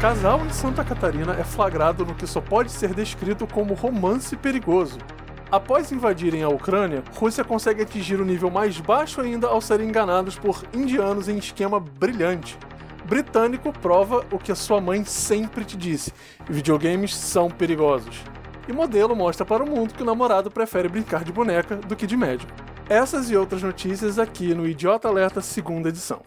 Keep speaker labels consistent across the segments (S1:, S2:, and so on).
S1: Casal em Santa Catarina é flagrado no que só pode ser descrito como romance perigoso. Após invadirem a Ucrânia, Rússia consegue atingir o um nível mais baixo ainda ao serem enganados por indianos em esquema brilhante. Britânico prova o que a sua mãe sempre te disse: videogames são perigosos. E modelo mostra para o mundo que o namorado prefere brincar de boneca do que de médico. Essas e outras notícias aqui no Idiota Alerta, segunda edição.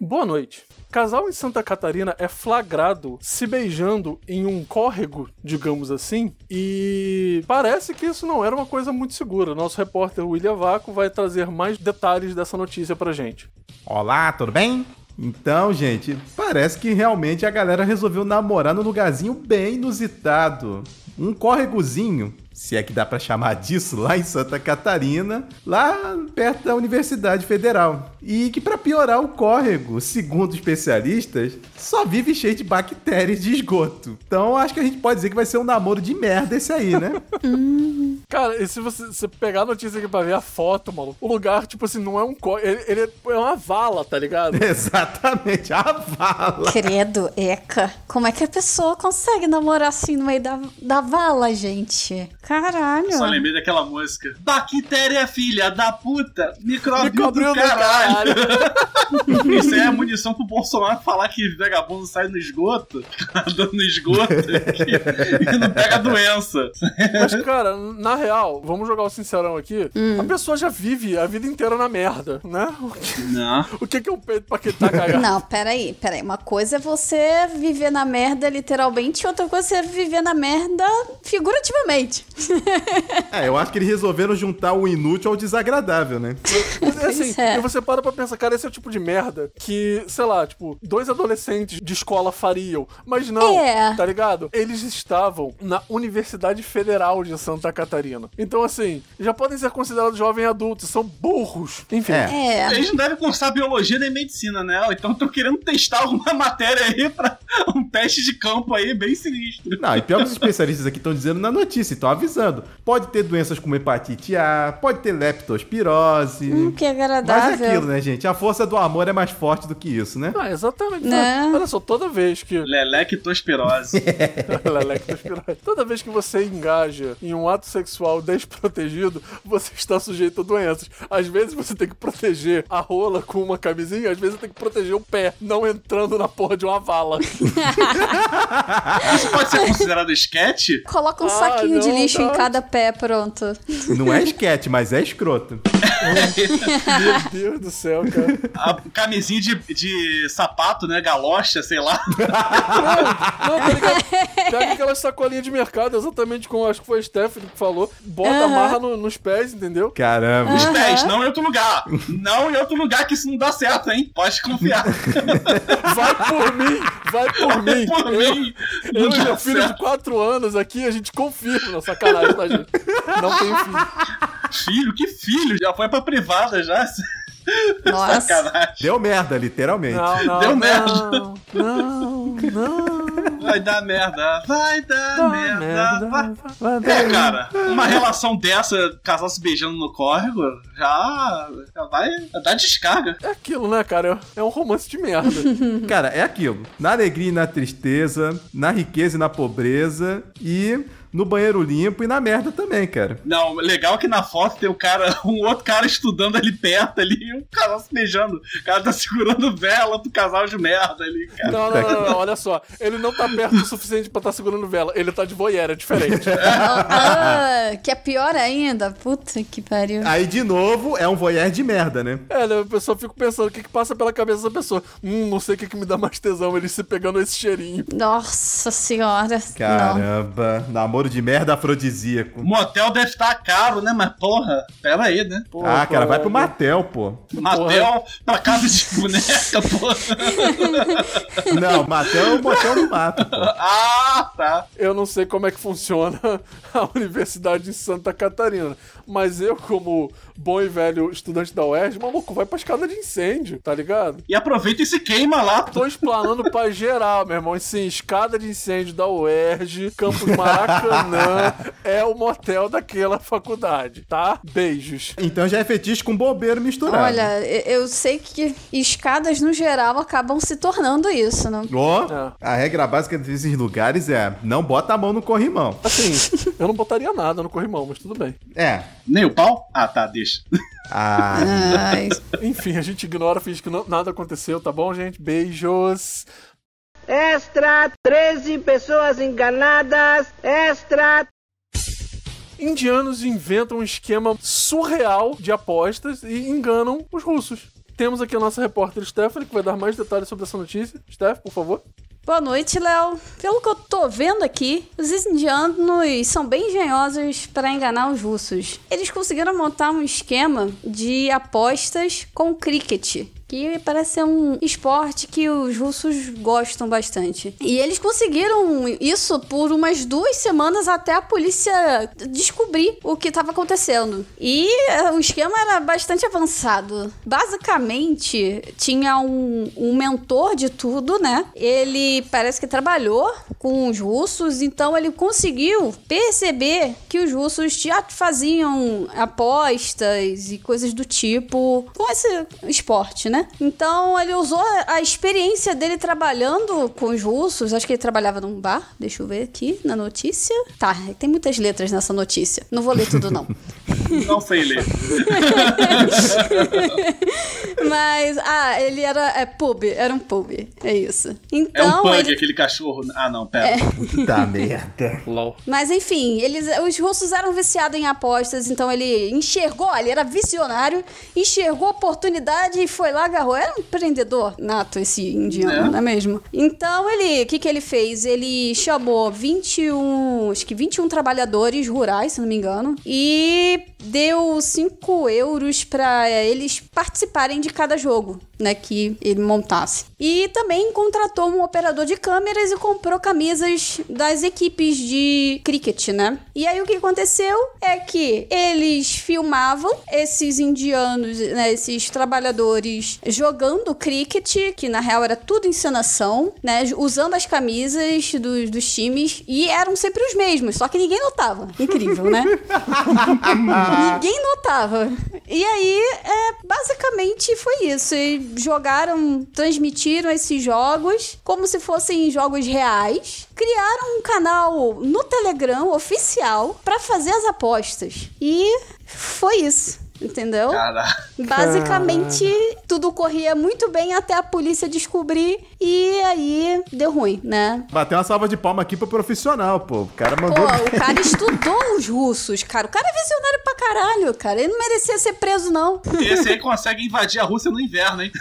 S1: Boa noite. Casal em Santa Catarina é flagrado se beijando em um córrego, digamos assim, e parece que isso não era uma coisa muito segura. Nosso repórter William Vaco vai trazer mais detalhes dessa notícia pra gente.
S2: Olá, tudo bem? Então, gente, parece que realmente a galera resolveu namorar num lugarzinho bem inusitado. Um córregozinho, se é que dá para chamar disso, lá em Santa Catarina, lá perto da Universidade Federal. E que para piorar o córrego, segundo especialistas, só vive cheio de bactérias de esgoto. Então acho que a gente pode dizer que vai ser um namoro de merda esse aí, né?
S1: Cara, e se você, se pegar a notícia aqui pra ver a foto, maluco, o lugar, tipo assim, não é um córrego, ele, ele é uma vala, tá ligado?
S2: Exatamente, a vala.
S3: Credo, Eca. Como é que a pessoa consegue namorar assim no meio da, da vala, gente? Caralho.
S4: Só lembrei daquela música. Bactéria, filha da puta. Micróbio,
S1: é
S4: micróbio Tá do, caralho. Do caralho. Isso aí é munição pro Bolsonaro falar que vagabundo sai no esgoto, dando esgoto, e não pega doença.
S1: Mas, cara, na real, vamos jogar o sincerão aqui. Hum. A pessoa já vive a vida inteira na merda, né? O que,
S4: não.
S1: O que, que é um peito pra quem tá cagado?
S3: Não, peraí, peraí. Uma coisa é você viver na merda literalmente, outra coisa é viver na merda figurativamente.
S2: é, eu acho que eles resolveram juntar o inútil ao desagradável, né?
S1: Mas, assim, é. e você para pra pensar, cara, esse é o tipo de merda que, sei lá, tipo, dois adolescentes de escola fariam. Mas não, é. tá ligado? Eles estavam na Universidade Federal de Santa Catarina. Então, assim, já podem ser considerados jovens adultos, são burros. Enfim.
S3: É.
S4: é. Eles não devem cursar biologia nem medicina, né? Então estão querendo testar alguma matéria aí pra um teste de campo aí bem sinistro.
S2: Não, e pior que os especialistas aqui estão dizendo na notícia, então avisando avisando. Pode ter doenças como hepatite A, pode ter leptospirose.
S3: Hum, que agradável.
S2: Mas é aquilo, né, gente? A força do amor é mais forte do que isso, né?
S1: Ah, exatamente. Né? Olha só, toda vez que.
S4: Lelectospirose.
S1: é Lelectospirose. Toda vez que você engaja em um ato sexual desprotegido, você está sujeito a doenças. Às vezes você tem que proteger a rola com uma camisinha, às vezes tem que proteger o pé, não entrando na porra de uma vala.
S4: isso pode ser considerado esquete?
S3: Coloca um ah, saquinho não, de lixo em cada pé, pronto.
S2: Não é esquete, mas é escroto.
S1: Meu Deus do céu, cara.
S4: A camisinha de, de sapato, né? Galocha, sei lá.
S1: Não, não tá ligado? Pega aquela sacolinha de mercado, exatamente como acho que foi a Stephanie que falou. Bota a uh -huh. marra no, nos pés, entendeu?
S2: Caramba.
S4: Nos pés, não em outro lugar. Não em outro lugar que isso não dá certo, hein? Pode confiar.
S1: Vai por mim, vai por mim.
S4: Vai É por eu, mim. Tá
S1: Eu, eu e meu filho certo. de 4 anos aqui, a gente confirma sacanagem, tá, gente? Não tem filho.
S4: Filho? Que filho? Já foi pra privada, já?
S3: Nossa. Sacanagem.
S2: Deu merda, literalmente.
S1: Não, não,
S4: Deu
S1: não,
S4: merda.
S1: Não, não.
S4: Vai dar merda, vai dar Dá merda. merda. Vai, vai, vai, é, cara, uma relação dessa, casal se beijando no córrego, já, já vai dar descarga.
S1: É aquilo, né, cara? É um romance de merda.
S2: cara, é aquilo. Na alegria e na tristeza, na riqueza e na pobreza, e no banheiro limpo e na merda também, cara.
S4: Não, legal que na foto tem um cara, um outro cara estudando ali perto ali, e um casal se beijando. O cara tá segurando vela pro casal de merda ali, cara.
S1: Não, não, não, não, olha só. Ele não tá perto o suficiente pra tá segurando vela. Ele tá de voyeur, é diferente.
S3: ah, que é pior ainda. Puta que pariu.
S2: Aí, de novo, é um voyeur de merda, né?
S1: É, né, a pessoa fica pensando, o que que passa pela cabeça da pessoa? Hum, não sei o que que me dá mais tesão, ele se pegando esse cheirinho.
S3: Nossa senhora.
S2: Caramba, namoro namoro de merda afrodisíaco.
S4: Motel deve estar caro, né? Mas porra, pera aí, né?
S1: Pô,
S2: ah, cara, vai
S1: colega.
S2: pro Matel, pô.
S4: Motel pra casa de boneca, porra.
S2: Não, Matel é o motel do mato, pô.
S4: Ah, tá.
S1: Eu não sei como é que funciona a Universidade de Santa Catarina, mas eu, como bom e velho estudante da UERJ, maluco, vai pra escada de incêndio, tá ligado?
S4: E aproveita e se queima lá, pô.
S1: Tô explanando pra geral, meu irmão. E sim, escada de incêndio da UERJ, Campus Maracanã, é o motel daquela faculdade, tá? Beijos.
S2: Então já é fetiche com bombeiro misturado.
S3: Olha, e- eu sei que escadas no geral acabam se tornando isso, né?
S2: Ó,
S1: É.
S2: a regra básica desses lugares é não bota a mão no corrimão.
S1: Assim, eu não botaria nada no corrimão, mas tudo bem.
S2: É.
S4: Nem o pau? Ah, tá, deixa.
S2: Ah,
S3: Ai,
S1: Enfim, a gente ignora, finge que não- nada aconteceu, tá bom, gente? Beijos.
S5: Extra, 13 pessoas enganadas. Extra,
S1: Indianos inventam um esquema surreal de apostas e enganam os russos. Temos aqui a nossa repórter Stephanie, que vai dar mais detalhes sobre essa notícia. Steph, por favor.
S3: Boa noite, Léo. Pelo que eu tô vendo aqui, os indianos são bem engenhosos para enganar os russos. Eles conseguiram montar um esquema de apostas com cricket. Que parece ser um esporte que os russos gostam bastante. E eles conseguiram isso por umas duas semanas até a polícia descobrir o que estava acontecendo. E eh, o esquema era bastante avançado. Basicamente, tinha um, um mentor de tudo, né? Ele parece que trabalhou com os russos, então ele conseguiu perceber que os russos já faziam apostas e coisas do tipo com esse esporte, né? Então ele usou a experiência dele trabalhando com os russos, acho que ele trabalhava num bar, deixa eu ver aqui na notícia. Tá, tem muitas letras nessa notícia, não vou ler tudo não.
S4: Não sei ler.
S3: Mas, ah, ele era é, pub, era um pub, é isso.
S4: É um
S3: Então,
S4: pug,
S3: ele É.
S4: aquele cachorro. Ah, não, pera.
S2: puta merda.
S1: LOL.
S3: Mas enfim, eles, os russos eram viciados em apostas, então ele enxergou, ele era visionário, enxergou a oportunidade e foi lá, agarrou. Era um empreendedor nato esse indiano,
S4: É.
S3: não é mesmo? Então ele, o que, que ele fez? Ele chamou 21, acho que 21 trabalhadores rurais, se não me engano, e deu 5 euros pra eles participarem de cada jogo, né, que ele montasse. E também contratou um operador de câmeras e comprou camisas das equipes de cricket, né? E aí o que aconteceu é que eles filmavam esses indianos, né, esses trabalhadores jogando cricket, que na real era tudo encenação, né, usando as camisas dos, dos times e eram sempre os mesmos, só que ninguém notava. Incrível, né? Ninguém notava. E aí, é, basicamente foi isso. E jogaram, transmitiram esses jogos como se fossem jogos reais. Criaram um canal no Telegram oficial pra fazer as apostas. E foi isso. Entendeu?
S4: Caralho.
S3: Basicamente, tudo corria muito bem até a polícia descobrir e aí deu ruim, né?
S2: Bateu uma salva de palma aqui pro profissional, pô. O cara
S3: Pô,
S2: mandou.
S3: o cara estudou os russos, cara. O cara é visionário pra caralho, cara. Ele não merecia ser preso, não.
S4: Esse aí consegue invadir a Rússia no inverno, hein?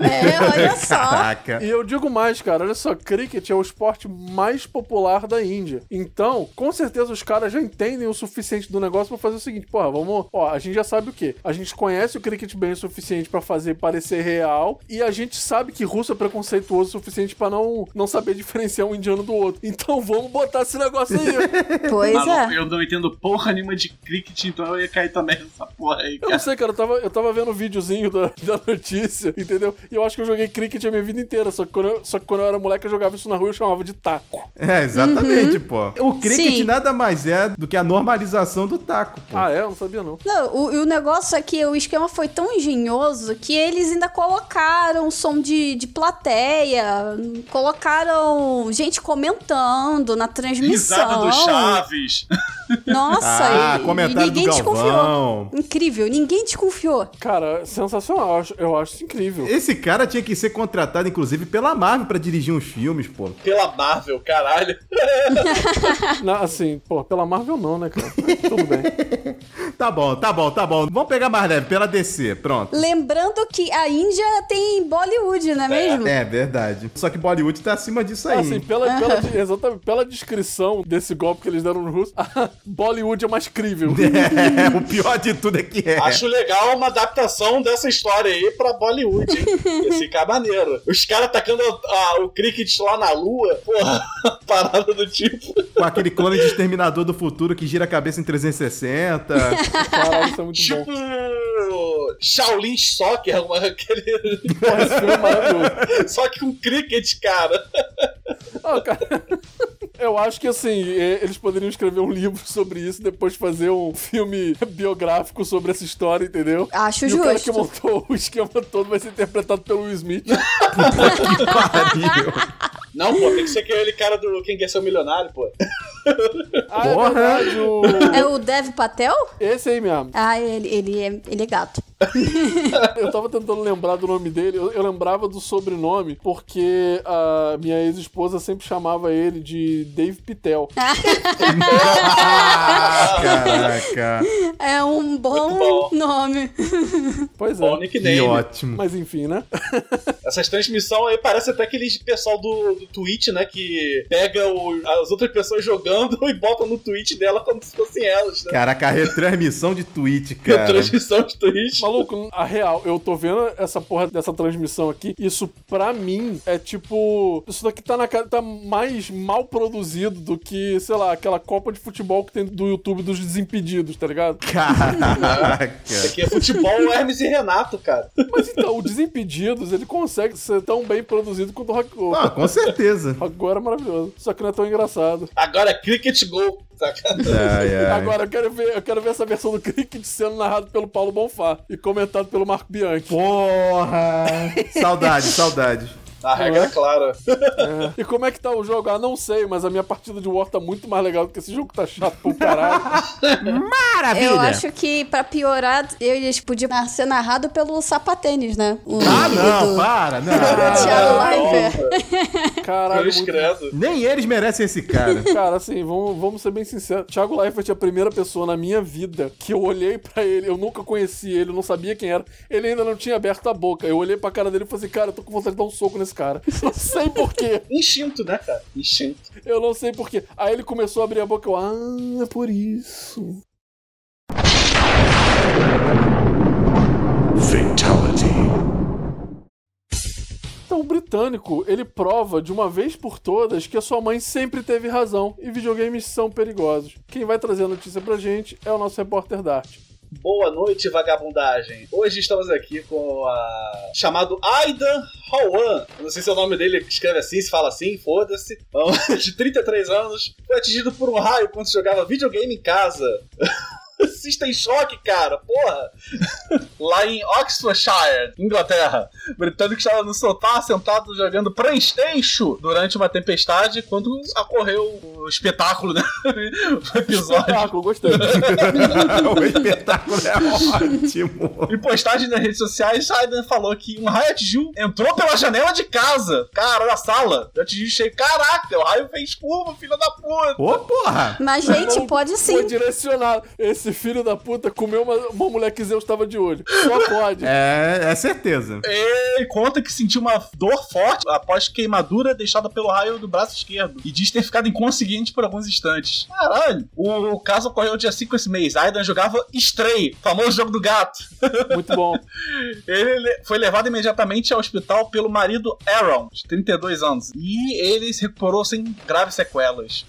S3: É, olha só.
S2: Caraca.
S1: E eu digo mais, cara, olha só, cricket é o esporte mais popular da Índia. Então, com certeza os caras já entendem o suficiente do negócio pra fazer o seguinte, porra, vamos, ó, a gente já sabe o quê? A gente conhece o cricket bem o suficiente pra fazer parecer real e a gente sabe que russo é preconceituoso o suficiente pra não não saber diferenciar um indiano do outro. Então, vamos botar esse negócio aí.
S3: Pois
S4: Maluco,
S3: é.
S4: Eu não entendo porra nenhuma de cricket, então eu ia cair também nessa porra aí,
S1: Eu não
S4: cara.
S1: sei, cara, eu tava, eu tava vendo o videozinho da, da notícia, entendeu? E eu acho que eu joguei cricket a minha vida inteira, só que quando eu, só que quando eu era moleque eu jogava isso na rua e eu chamava de taco.
S2: É, exatamente, pô. O cricket
S3: Uhum. Sim.
S2: nada mais é do que a normalização do taco, pô.
S1: Ah, é? Eu não sabia não.
S3: Não, o, e o negócio é que o esquema foi tão engenhoso que eles ainda colocaram som de, de plateia, colocaram gente comentando na
S4: Risada
S3: transmissão.
S4: do Chaves.
S3: Nossa,
S2: Ah,
S3: e- e,
S2: comentário
S3: ninguém
S2: do Galvão.
S3: desconfiou. Incrível, ninguém desconfiou.
S1: Cara, sensacional. Eu acho, eu acho isso incrível.
S2: Esse cara tinha que ser contratado, inclusive, pela Marvel pra dirigir uns filmes, pô.
S4: Pela Marvel, caralho.
S1: Na- assim, pô, pela Marvel não, né, cara? Tudo bem.
S2: Tá bom, tá bom, tá bom. Vamos pegar mais leve, pela DC, pronto.
S3: Lembrando que a Índia tem Bollywood, não é mesmo?
S2: É verdade. Só que Bollywood tá acima disso aí.
S1: Assim, pela, pela, de- exatamente, pela descrição desse golpe que eles deram no russo, a Bollywood é mais crível.
S2: É, o pior de tudo é que é.
S4: Acho legal uma adaptação dessa história aí pra Bollywood, hein? Esse cara é maneiro. Os caras tacando ah, o cricket lá na lua, porra, parada do tipo.
S2: Com aquele clone de Exterminador do Futuro que gira a cabeça em 360.
S1: Caralho, isso é muito bom.
S4: Tipo. Shaolin Soccer, mano, aquele.
S1: Porra, esse filme é maravilhoso.
S4: Só que com cricket, cara.
S1: Ah, cara, Eu acho que assim, é, eles poderiam escrever um livro sobre isso e depois fazer um filme biográfico sobre essa história, entendeu?
S3: Acho
S1: e o cara que
S3: justo.
S1: montou o esquema todo vai ser interpretado pelo Will Smith.
S2: que pariu.
S4: Não, pô, tem que ser aquele cara do Quem Quer Ser o Milionário, pô.
S1: Ah, é
S2: Porra!
S1: verdade, o...
S3: É o Dev Patel?
S1: Esse aí mesmo.
S3: Ah, ele, ele, é, ele é gato.
S1: Eu tava tentando lembrar do nome dele. Eu, eu lembrava do sobrenome, porque a minha ex-esposa sempre chamava ele de Dave Pitel.
S2: Caraca.
S3: É um bom,
S4: Muito
S3: nome.
S1: Pois
S4: Bom
S1: é.
S2: Que
S4: nickname.
S2: ótimo.
S1: Mas enfim, né?
S4: né? Essas transmissões aí parece até aqueles pessoal do, do Twitch, né? Que pega o- as outras pessoas jogando e bota no Twitch dela como se fossem elas, né?
S2: Caraca, a retransmissão de tweet, cara.
S4: Transmissão de Twitch.
S1: Maluco, a real, eu tô vendo essa porra dessa transmissão aqui. Isso pra mim é tipo. Isso daqui tá na cara. Tá mais mal produzido do que, sei lá, aquela Copa de Futebol que tem do YouTube dos Desimpedidos, tá ligado?
S4: Isso
S2: Caraca.
S4: aqui é futebol Hermes e Renato, cara.
S1: Mas então, o Desimpedidos, ele consegue ser tão bem produzido quanto o Rock Go.
S2: Ah, com certeza.
S1: Agora é maravilhoso. Só que não é tão engraçado.
S4: Agora é cricket gol, saca?
S2: Ai, ai.
S1: Agora eu quero, ver, eu quero ver essa versão do Cricket sendo narrado pelo Paulo Bonfá e comentado pelo Marco Bianchi.
S2: Porra! Saudade, saudade.
S4: A regra é clara.
S1: E como é que tá o jogo? Ah, não sei, mas a minha partida de War tá muito mais legal do que esse jogo tá chato pro caralho.
S3: Eu acho que, pra piorar, tipo, eles podiam nar- ser narrado pelo Sapatênis, né? O
S2: Ah,
S3: nome
S2: não,
S3: do-
S2: para,
S3: do
S2: não.
S3: Thiago
S4: Ah,
S3: Leifert.
S1: Caralho,
S4: Cruz
S1: muito...
S4: credo.
S2: Nem eles merecem esse cara.
S1: Cara, assim, vamos, vamos ser bem sinceros. Thiago Leifert é a primeira pessoa na minha vida que eu olhei pra ele, eu nunca conheci ele, eu não sabia quem era. Ele ainda não tinha aberto a boca. Eu olhei pra cara dele e falei assim, cara, eu tô com vontade de dar um soco nesse cara. Não sei porquê.
S4: Instinto, né, cara? Instinto.
S1: Eu não sei porquê. Aí ele começou a abrir a boca, eu, ah, é por isso. Então, o britânico, ele prova de uma vez por todas que a sua mãe sempre teve razão e videogames são perigosos. Quem vai trazer a notícia pra gente é o nosso repórter Dart.
S4: Boa noite, vagabundagem. Hoje estamos aqui com a. chamado Aidan Hawan. Eu Não sei se é o nome dele escreve assim, se fala assim, foda-se. Um, De 33 anos, foi atingido por um raio quando jogava videogame em casa. System Shock, cara, porra! Lá em Oxfordshire, Inglaterra. O britânico estava no sofá sentado jogando Playstation durante uma tempestade quando ocorreu o espetáculo, né? O episódio.
S1: Espetáculo, Ah, gostei.
S2: o espetáculo é ótimo.
S4: Em postagem nas redes sociais, Aiden falou que um raio atingiu, entrou pela janela de casa, cara, da sala. Eu atingi cheio, caraca, o raio fez curva, filha da puta.
S2: Ô, porra!
S3: Mas, gente, pode
S1: Foi
S3: sim.
S1: direcionado. Esse filho da puta comeu uma, uma mulher que Zeus estava de olho. Só pode.
S2: É, é certeza.
S4: Ele conta que sentiu uma dor forte após queimadura deixada pelo raio do braço esquerdo e diz ter ficado inconsciente por alguns instantes. Caralho! O caso ocorreu dia 5 esse mês. Aidan jogava Stray, famoso jogo do gato.
S1: É Muito bom.
S4: Ele le- foi levado imediatamente ao hospital pelo marido Aaron, de 32 anos, e ele se recuperou sem graves sequelas.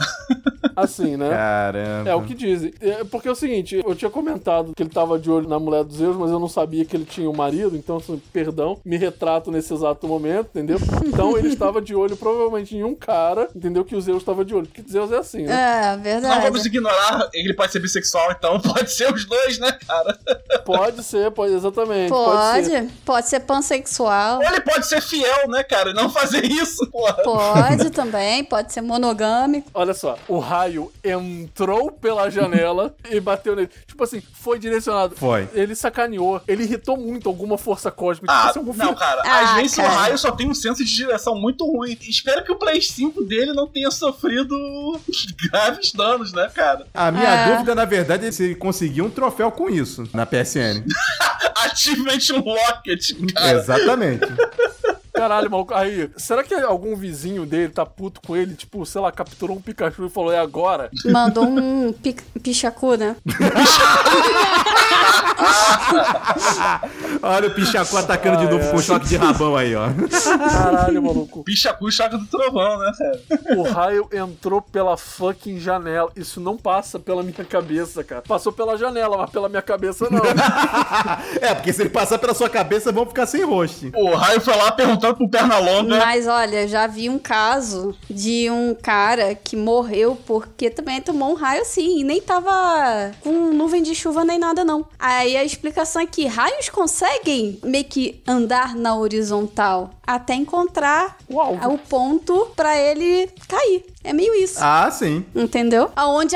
S1: Assim, né?
S2: Caramba.
S1: É o que dizem. É, porque é o seguinte, eu tinha comentado que ele tava de olho na mulher dos Zeus, mas eu não sabia que ele tinha um marido, então, assim, perdão, me retrato nesse exato momento, entendeu? Então ele estava de olho provavelmente em um cara, entendeu? Que o Zeus estava de olho. Porque Zeus é assim, né?
S3: É,
S4: Não vamos
S3: verdade.
S4: ignorar, ele pode ser bissexual, então pode ser os dois, né, cara?
S1: Pode ser, pode, exatamente.
S3: Pode,
S1: ser.
S3: pode, ser pansexual.
S4: Ele pode ser fiel, né, cara, e não fazer isso, porra.
S3: Pode também, pode ser monogâmico.
S1: Olha só, o raio entrou pela janela e bateu nele. Tipo assim, foi direcionado.
S2: Foi.
S1: Ele sacaneou. Ele irritou muito alguma força cósmica.
S4: Ah,
S1: tipo assim, algum
S4: não,
S1: filho-
S4: cara.
S3: Ah,
S4: às vezes
S3: cara.
S4: o raio só tem um senso de direção muito ruim. Espero que o Play 5 dele não tenha sofrido graves danos, né, cara?
S2: A minha
S3: Ah.
S2: dúvida, na verdade, é se ele conseguiu um troféu com isso na PSN.
S4: Ativamente um Locket, cara.
S2: Exatamente.
S1: Caralho, maluco. Aí, será que algum vizinho dele tá puto com ele? Tipo, sei lá, capturou um Pikachu e falou, é agora?
S3: Mandou um pi pichacu, né?
S2: Olha o Pichacu atacando de novo com choque de rabão aí, ó.
S1: Caralho, maluco.
S4: Bicha cu e chaga do trovão, né, cara?
S1: O raio entrou pela fucking janela. Isso não passa pela minha cabeça, cara. Passou pela janela, mas pela minha cabeça não.
S2: É, porque se ele passar pela sua cabeça, vão ficar sem rosto.
S4: O raio foi lá perguntando pro
S1: né?
S4: Pernalonga.
S3: Mas olha, já vi um caso de um cara que morreu porque também tomou um raio assim e nem tava com nuvem de chuva nem nada, não. Aí a explicação é que raios conseguem meio que andar na horizontal até encontrar
S1: O alvo.
S3: o ponto pra ele cair. É meio isso.
S2: Ah, sim.
S3: Entendeu? Aonde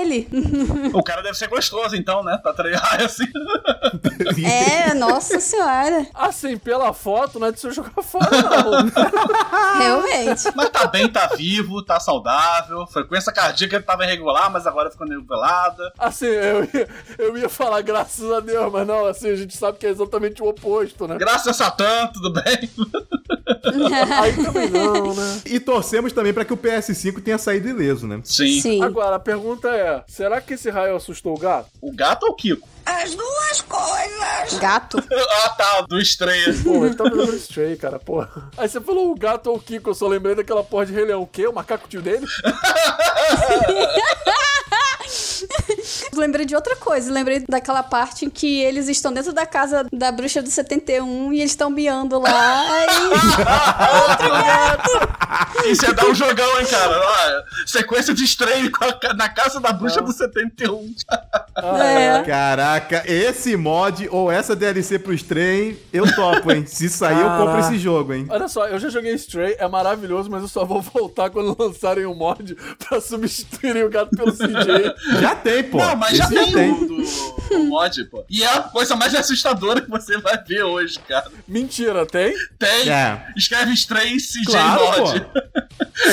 S3: ele.
S4: O cara deve ser gostoso, então, né? Pra atrair raio assim.
S3: É, nossa senhora.
S1: Assim, pela foto, não é de se jogar fora, não. Ah.
S3: Realmente.
S4: Mas tá bem, tá vivo, tá saudável. Frequência cardíaca tava irregular, mas agora ficou nivelada.
S1: Assim, eu ia, eu ia falar graças a Deus, mas não, assim, a gente sabe que é exatamente o oposto, né?
S4: Graças a Satã, tudo bem?
S1: Aí também não, né?
S2: E torcemos também pra que o PS5 tenha saído ileso, né?
S4: Sim.
S3: Sim.
S1: Agora, a pergunta é, será que esse raio assustou o gato?
S4: O gato ou o Kiko?
S3: Gato.
S4: ah, tá, do estreia.
S1: Pô, ele tá fazendo Stray, cara, porra. Aí você falou o gato ou o Kiko, eu só lembrei daquela porra de Rei Leão. O quê? O macaco tio dele?
S3: Lembrei de outra coisa, lembrei daquela parte em que eles estão dentro da casa da bruxa do 71 e eles estão miando lá. aí-
S4: Isso é dar um jogão, hein, cara? Olha, sequência de estreia com a ca- na casa da bruxa do 71.
S1: Ah,
S3: é.
S2: Caraca, esse mod ou essa DLC pros trem, eu topo, hein? Se sair, eu compro esse jogo, hein?
S1: Olha só, eu já joguei Stray, é maravilhoso, mas eu só vou voltar quando lançarem um mod pra substituírem o gato pelo CJ.
S2: Já tem, pô.
S4: Não, mas já
S2: Esse
S4: tem, um O, do, o mod, pô. E é a coisa mais assustadora que você vai ver hoje, cara.
S1: Mentira, tem?
S4: Tem.
S2: É.
S4: Escreve estreia CJ
S2: Claro,
S4: mod.
S2: pô.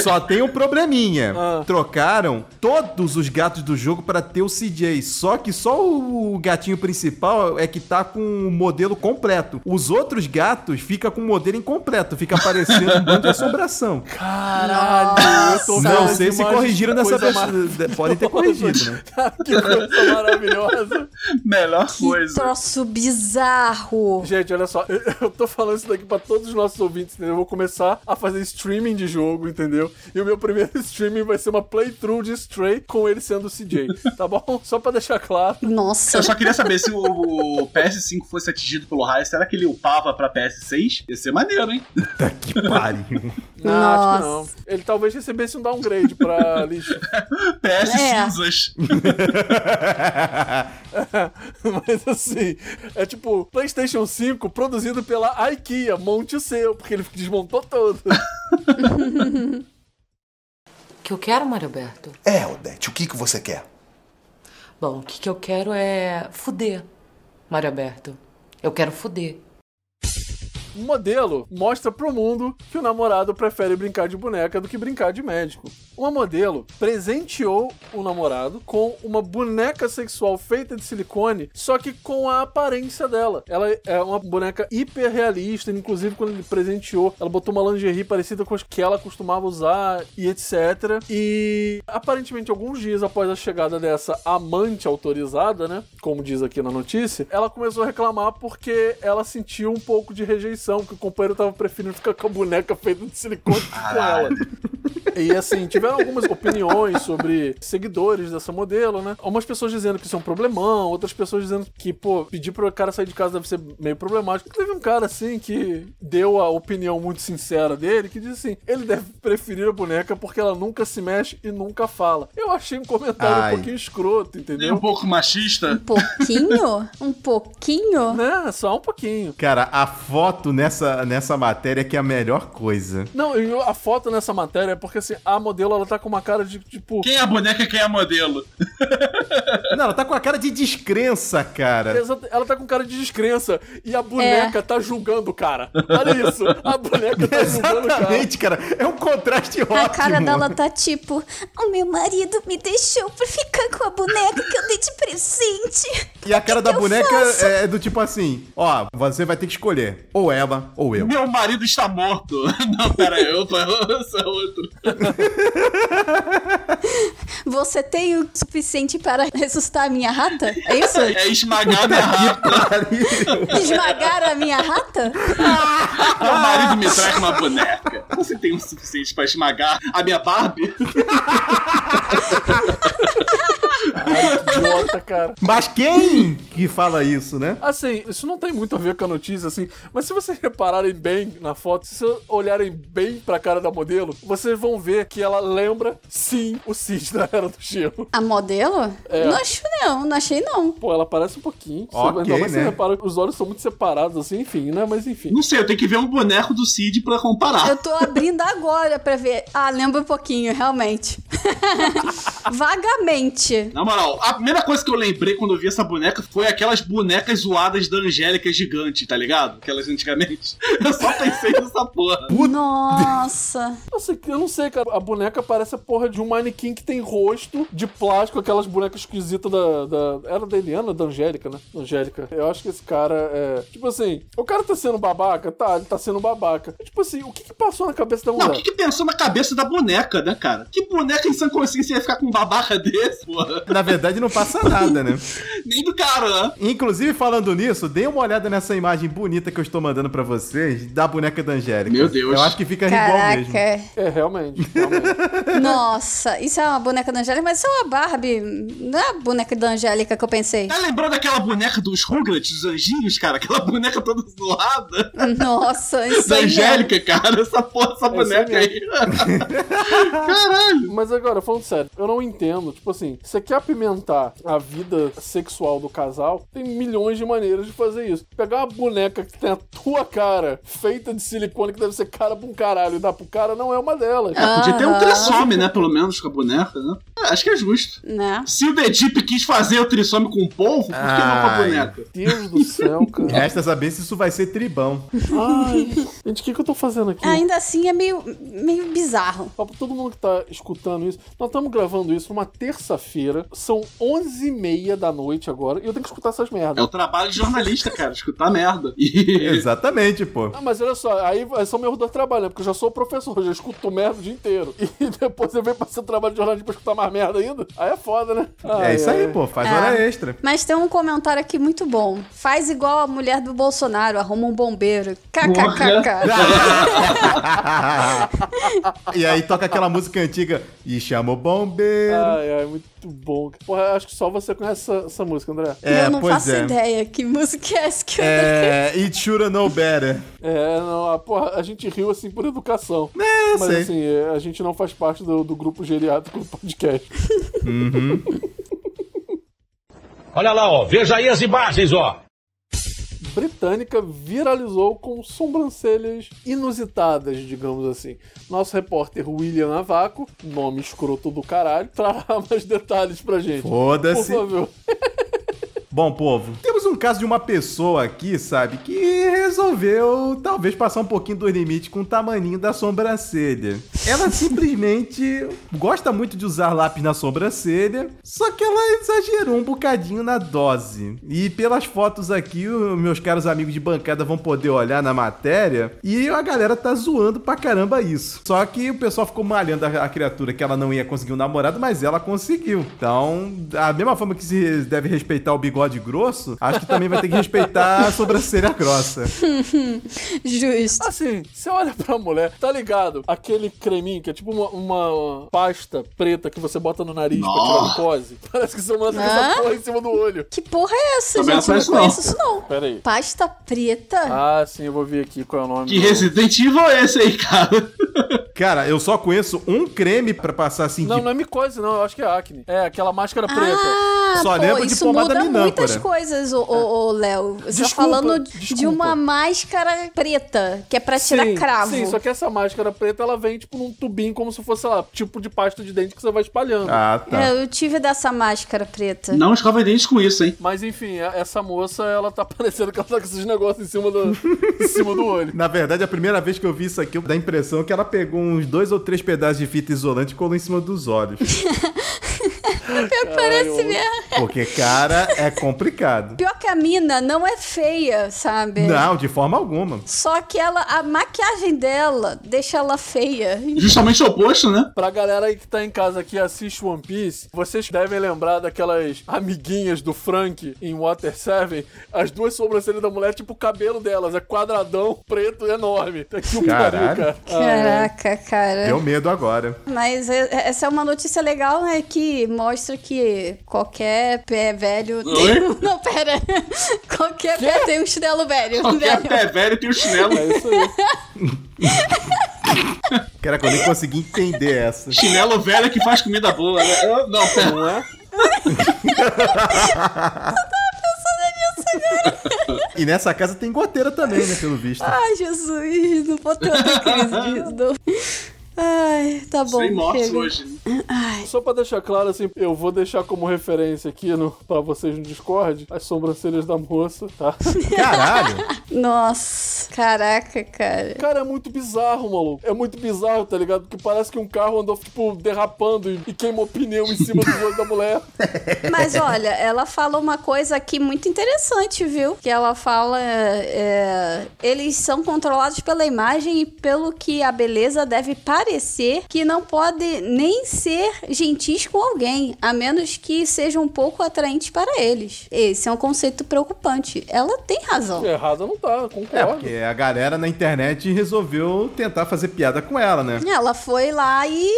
S2: Só tem um probleminha.
S1: Ah.
S2: Trocaram todos os gatos do jogo pra ter o CJ. Só que só o gatinho principal é que tá com o modelo completo. Os outros gatos fica com o modelo incompleto. Fica parecendo um bando de assombração.
S1: Caralho, eu tô
S2: Não
S1: vendo
S2: sei se
S1: imagens
S2: corrigiram
S1: de
S2: nessa
S1: é coisa
S2: vez. Podem ter corrigido, né?
S1: Cara, que coisa maravilhosa.
S4: Melhor
S3: Que
S4: coisa.
S3: troço bizarro.
S1: Gente, olha só, eu, eu tô falando isso daqui pra todos os nossos ouvintes, entendeu? Eu vou começar a fazer streaming de jogo, entendeu? E o meu primeiro streaming vai ser uma playthrough de Stray com ele sendo o CJ, tá bom? Só pra deixar claro.
S3: Nossa.
S4: Eu só queria saber se o, o PS5 fosse atingido pelo raio, será que ele upava pra PS6? Ia ser maneiro, hein?
S2: Que pariu.
S1: Não, acho que não.
S3: Nossa.
S1: Ele talvez recebesse um downgrade pra lixo.
S4: PS
S3: É.
S4: cinzas.
S1: Mas assim, é tipo PlayStation 5 produzido pela IKEA, monte o seu, porque ele desmontou todo.
S6: O que eu quero, Mário Alberto?
S7: É, Odete, o que, que você quer?
S6: Bom, o que, que eu quero é fuder, Mário Alberto. Eu quero fuder.
S1: O modelo mostra pro mundo que o namorado prefere brincar de boneca do que brincar de médico. Uma modelo presenteou o namorado com uma boneca sexual feita de silicone, só que com a aparência dela. Ela é uma boneca hiperrealista, inclusive quando ele presenteou, ela botou uma lingerie parecida com as que ela costumava usar e etc. E aparentemente alguns dias após a chegada dessa amante autorizada, né, como diz aqui na notícia, ela começou a reclamar porque ela sentiu um pouco de rejeição, que o companheiro tava preferindo ficar com a boneca feita de silicone do que com ela. E assim, tiveram algumas opiniões sobre seguidores dessa modelo, né? Algumas pessoas dizendo que isso é um problemão, outras pessoas dizendo que, pô, pedir pro cara sair de casa deve ser meio problemático. Teve um cara, assim, que deu a opinião muito sincera dele, que disse assim: ele deve preferir a boneca porque ela nunca se mexe e nunca fala. Eu achei um comentário
S2: Ai.
S1: um pouquinho escroto,
S4: Nem um
S1: entendeu?
S4: pouco machista.
S3: Um pouquinho? Um pouquinho?
S1: Né? Só um pouquinho.
S2: Cara, a foto nessa, nessa matéria que é a melhor coisa.
S1: Não, e a foto nessa matéria é porque assim, a modelo ela tá com uma cara de tipo.
S4: Quem é a boneca e quem é a modelo?
S2: Não, ela tá com a cara de descrença, cara.
S1: Exato, Ela tá com cara de descrença. E a boneca tá julgando o cara. Olha isso. A boneca tá julgando o cara.
S2: Exatamente, cara. É um contraste ótimo.
S3: A cara dela tá tipo: O meu marido me deixou pra ficar com a boneca que eu dei de presente.
S2: E a cara
S3: que
S2: da
S3: que eu
S2: boneca
S3: faço?
S2: é do tipo assim: ó, você vai ter que escolher ou ela ou eu.
S4: Meu marido está morto. Não, pera aí, eu esse é outro.
S3: Você tem o suficiente para ressuscitar a minha rata? É isso?
S4: É esmagar minha rata.
S3: Esmagar a minha rata?
S4: Meu marido me traz uma boneca. Você tem o suficiente pra esmagar a minha Barbie?
S1: Idiota, cara.
S2: Mas quem que fala isso, né?
S1: Assim, isso não tem muito a ver com a notícia, assim, mas se vocês repararem bem na foto, se vocês olharem bem pra cara da modelo, vocês vão ver que ela lembra, sim, o Cid da Era do Gelo.
S3: A modelo?
S1: É.
S3: Não acho, não. Não achei, não.
S1: Pô, ela parece um pouquinho.
S2: Ok,
S1: Ainda mais
S2: né?
S1: você repara que os olhos são muito separados, assim, enfim, né? Mas enfim.
S4: Não sei, eu tenho que ver um boneco do Cid pra comparar.
S3: Eu tô abrindo agora pra ver. Ah, lembra um pouquinho, realmente. Vagamente.
S4: Na moral, a primeira coisa que eu lembrei quando eu vi essa boneca foi aquelas bonecas zoadas da Angélica gigante, tá ligado? Aquelas antigamente. Eu só pensei nessa porra.
S3: Nossa.
S1: Assim, eu não sei, cara. A boneca parece a porra de um manequim que tem rosto de plástico, aquelas bonecas esquisitas da, da- Era da Eliana, da Angélica, né? Angélica. Eu acho que esse cara é. Tipo assim, o cara tá sendo babaca? Tá, ele tá sendo babaca. Tipo assim, o que, que passou na cabeça da
S4: Não,
S1: mulher?
S4: o que, que pensou na cabeça da boneca, né, cara? Que boneca em sã consciência ia ficar com um babaca desse, porra?
S2: Na verdade, não passa nada, né?
S4: Nem do cara, né?
S2: Inclusive, falando nisso, dê uma olhada nessa imagem bonita que eu estou mandando pra vocês da boneca da Angélica.
S4: Meu Deus.
S2: Eu acho que fica igual mesmo.
S3: Caraca.
S1: É, realmente. realmente.
S3: Nossa, isso é uma boneca da Angélica, mas isso é uma Barbie. Não é a boneca da Angélica que eu pensei.
S4: Tá lembrando aquela boneca dos Rugrats, dos anjinhos, cara? Aquela boneca toda zoada
S3: Nossa, isso
S4: da
S3: aí. mesmo.
S4: Angélica, cara? Essa porra, essa boneca aí. Caralho.
S1: Mas agora, falando sério, eu não entendo. Tipo assim, você quer apimentar a vida sexual do casal? Tem milhões de maneiras de fazer isso. Pegar uma boneca que tem a tua cara, feita de silicone, que deve ser cara pra um caralho, e dar pro cara, não é uma delas.
S4: Podia ter um trissome, né? Pelo menos com a boneca, né? É, acho que é justo.
S3: Né?
S4: Se o The Deep quis fazer o trissome com o polvo, por que não com a
S2: Ai.
S4: boneca?
S1: Deus do céu, cara.
S2: Resta saber se isso vai ser tribão.
S1: Ai, gente, o que, que eu tô fazendo aqui?
S3: Ainda assim é meio, meio bizarro.
S1: Ó, pra todo mundo que tá escutando isso, nós estamos gravando isso numa terça-feira, são 11h30 da noite agora, e eu tenho que escutar essas merdas.
S4: É o trabalho de jornalista, cara, escutar merda. E...
S2: Exatamente, pô.
S1: Ah, mas olha só, aí são meus dois trabalhos, né? Porque eu já sou professor, eu já escuto merda o dia inteiro. E depois você vem passando trabalho de jornalismo pra escutar mais merda ainda? Aí é foda, né?
S2: É
S1: Ai,
S2: isso aí,
S1: ai.
S2: pô. Faz
S3: É.
S2: hora extra.
S3: Mas tem um comentário aqui muito bom. Faz igual a mulher do Bolsonaro, arruma um bombeiro. KKKK.
S2: e aí toca aquela música antiga e chama o bombeiro.
S1: Ai, ai, muito bom. Porra, acho que só você conhece essa, essa música, André.
S2: É,
S3: eu não
S2: pois
S3: faço
S2: é.
S3: ideia que música é essa que eu
S2: É, it shoulda know better.
S1: É, não, a, porra, a gente riu assim por educação.
S2: É, eu
S1: mas
S2: sei.
S1: assim, é, a gente não faz parte do, do grupo geriátrico do podcast.
S8: Olha lá, ó. Veja aí as imagens, ó.
S1: Britânica viralizou com sobrancelhas inusitadas, digamos assim. Nosso repórter William Avaco, nome escroto do caralho, trará mais detalhes pra gente. Por
S2: Foda-se.
S1: favor.
S2: Bom, povo, temos um caso de uma pessoa aqui, sabe, que resolveu talvez passar um pouquinho do limite com o tamaninho da sobrancelha. Ela simplesmente gosta muito de usar lápis na sobrancelha, só que ela exagerou um bocadinho na dose. E pelas fotos aqui, os meus caros amigos de bancada vão poder olhar na matéria, e a galera tá zoando pra caramba isso. Só que o pessoal ficou malhando a, a criatura que ela não ia conseguir um namorado, mas ela conseguiu. Então, da mesma forma que se deve respeitar o bigode grosso, acho que também vai ter que respeitar a sobrancelha grossa.
S3: Justo.
S1: Assim, você olha pra mulher, tá ligado? Aquele creminho que é tipo uma, uma pasta preta que você bota no nariz pra tirar
S4: Nossa.
S1: glicose. Parece que você manda com
S3: Hã?
S1: essa porra em cima do olho.
S3: Que porra é essa,
S4: Também
S3: gente?
S4: não
S3: Eu não
S4: conheço, não.
S3: conheço isso, não.
S1: Pera aí.
S3: Pasta preta?
S1: Ah, sim, eu vou ver aqui qual é o nome.
S4: Que
S1: do-
S4: Resident Evil é esse aí, cara?
S2: Cara, eu só conheço um creme pra passar assim
S1: Não,
S2: de...
S1: não é micose, não. Eu acho que é acne. É, aquela máscara preta.
S3: Ah, Ah,
S2: Só
S3: pô,
S2: lembro de
S3: isso
S2: pomada
S3: muda
S2: minâncora.
S3: muitas coisas, ô, ô, ô, Léo. Você tá
S2: Desculpa,
S3: falando de
S2: desculpa.
S3: uma máscara preta, que é pra tirar
S1: sim,
S3: cravo.
S1: Sim, só que essa máscara preta, ela vem, tipo, num tubinho, como se fosse, sei lá, tipo de pasta de dente que você vai espalhando.
S2: Ah, tá.
S3: É, eu tive dessa máscara preta.
S4: Não escova dente com isso, hein?
S1: Mas enfim, a- essa moça, ela tá parecendo que ela tá com esses negócios em cima do, em cima do olho.
S2: Na verdade, a primeira vez que eu vi isso aqui, dá a impressão que ela pegou uns dois ou três pedaços de fita isolante e colou em cima dos olhos.
S3: Parece mesmo.
S2: Porque, cara, é complicado.
S3: Pior que a mina não é feia, sabe?
S2: Não, de forma alguma.
S3: Só que ela, a maquiagem dela deixa ela feia.
S4: Justamente o oposto, né?
S1: Pra galera aí que tá em casa que assiste One Piece, vocês devem lembrar daquelas amiguinhas do Frank em Water 7. As duas sobrancelhas da mulher, tipo, o cabelo delas é quadradão, preto, enorme. Tá aqui o Ah,
S2: Caralho.
S1: cara.
S3: Caraca, cara.
S2: Deu medo agora.
S3: Mas é- é- essa é uma notícia legal, né? Que mostra que qualquer pé velho tem. um- Não, pera. Qualquer pé tem um chinelo velho. né?
S4: Qualquer
S3: velho.
S4: é pé velho tem o chinelo.
S1: É isso aí.
S2: Caraca, é eu nem consegui entender essa.
S4: Chinelo velho é que faz comida boa. né? Eu- Não, pera.
S1: Não é?
S2: E nessa casa tem goteira também, né, pelo visto.
S3: Ai, Jesus, não vou ter outra crise disso, não. Ai, tá bom.
S4: Sem mortes
S3: chega.
S4: hoje. né?
S1: Só pra deixar claro, assim, eu vou deixar como referência aqui no, pra vocês no Discord as sobrancelhas da moça, tá?
S2: Caralho!
S3: Nossa, caraca, cara.
S1: Cara, é muito bizarro, maluco. É muito bizarro, tá ligado? Porque parece que um carro andou, tipo, derrapando e, e queimou pneu em cima do olho da mulher.
S3: Mas olha, ela fala uma coisa aqui muito interessante, viu? Que ela fala. é, eles são controlados pela imagem e pelo que a beleza deve parecer, que não pode nem ser gentis com alguém, a menos que sejam um pouco atraentes para eles. Esse é um conceito preocupante. Ela tem razão.
S1: Errada não tá, concordo.
S2: É, porque a galera na internet resolveu tentar fazer piada com ela, né?
S3: Ela foi lá e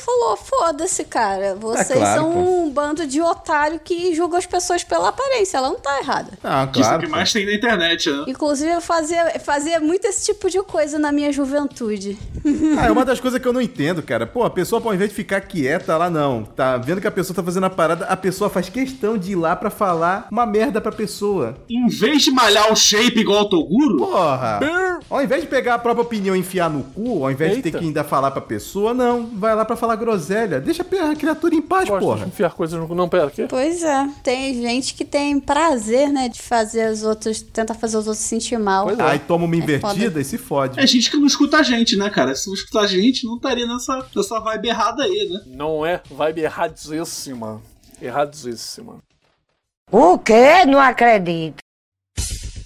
S3: falou: foda-se, cara. Vocês
S2: Tá claro,
S3: são
S2: pô.
S3: um bando de otário que julga as pessoas pela aparência. Ela não tá errada.
S2: Ah,
S4: Isso é o
S2: claro.
S4: que mais tem na internet, né?
S3: Inclusive, eu fazia, fazia muito esse tipo de coisa na minha juventude.
S2: Ah, é uma das coisas que eu não entendo, cara. Pô, a pessoa, pô, ao invés de ficar quieta lá, não. Tá vendo que a pessoa tá fazendo a parada, a pessoa faz questão de ir lá pra falar uma merda pra pessoa.
S4: Em vez de malhar o shape igual o Toguro,
S2: Porra! Ao invés de pegar a própria opinião e enfiar no cu, ao invés de ter
S1: Eita.
S2: que ainda falar pra pessoa, não. Vai lá pra falar groselha. Deixa a criatura em paz,
S1: Gosto de
S2: porra.
S1: enfiar coisas no. Não, pera, aqui.
S3: Pois é. Tem gente que tem prazer, né, de fazer os outros, tentar fazer os outros se sentir mal.
S1: Pois é.
S2: Aí toma uma invertida
S3: foda.
S2: e se fode.
S4: é gente que não escuta a gente, né, cara? Se não escutar a gente, não estaria nessa, nessa vibe errada aí, né?
S1: Não é vibe erradíssima. Erradíssima.
S5: O quê? Não acredito.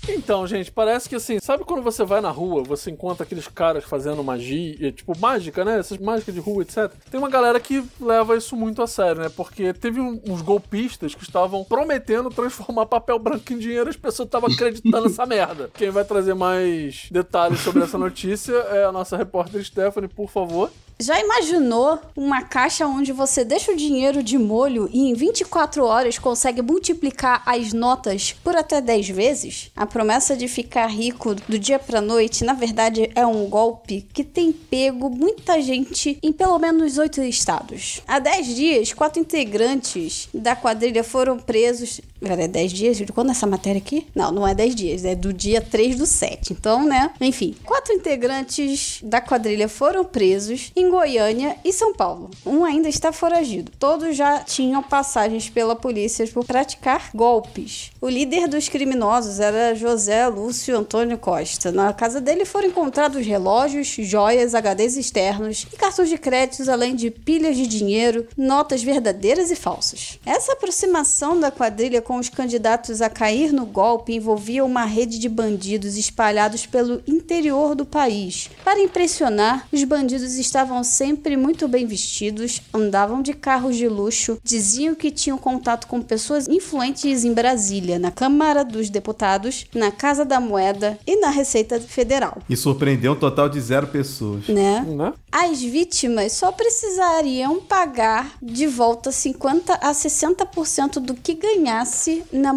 S1: Então, gente, parece que assim, sabe quando você vai na rua, você encontra aqueles caras fazendo magia, tipo mágica, né? Essas mágicas de rua, etc. Tem uma galera que leva isso muito a sério, né? Porque teve um- uns golpistas que estavam prometendo transformar papel branco em dinheiro e as pessoas estavam acreditando nessa merda. Quem vai trazer mais detalhes sobre essa notícia é a nossa repórter Stephanie, por favor.
S3: Já imaginou uma caixa onde você deixa o dinheiro de molho e em 24 horas consegue multiplicar as notas por até 10 vezes? A promessa de ficar rico do dia pra noite, na verdade, é um golpe que tem pego muita gente em pelo menos 8 estados. Há 10 dias, quatro integrantes da quadrilha foram presos. Pera, é 10 dias? De quando é essa matéria aqui? Não, não é 10 dias, é do dia 3 do 7. Então, né? Enfim, quatro integrantes da quadrilha foram presos em Goiânia e São Paulo. Um ainda está foragido. Todos já tinham passagens pela polícia por praticar golpes. O líder dos criminosos era José Lúcio Antônio Costa. Na casa dele foram encontrados relógios, joias, HDs externos e cartões de créditos, além de pilhas de dinheiro, notas verdadeiras e falsas. Essa aproximação da quadrilha com os candidatos a cair no golpe envolvia uma rede de bandidos espalhados pelo interior do país. Para impressionar, os bandidos estavam sempre muito bem vestidos, andavam de carros de luxo, diziam que tinham contato com pessoas influentes em Brasília, na Câmara dos Deputados, na Casa da Moeda e na Receita Federal.
S2: E surpreendeu um total de zero pessoas.
S3: Né?
S1: Né?
S3: As vítimas só precisariam pagar de volta 50 a 60% do que ganhassem cresce na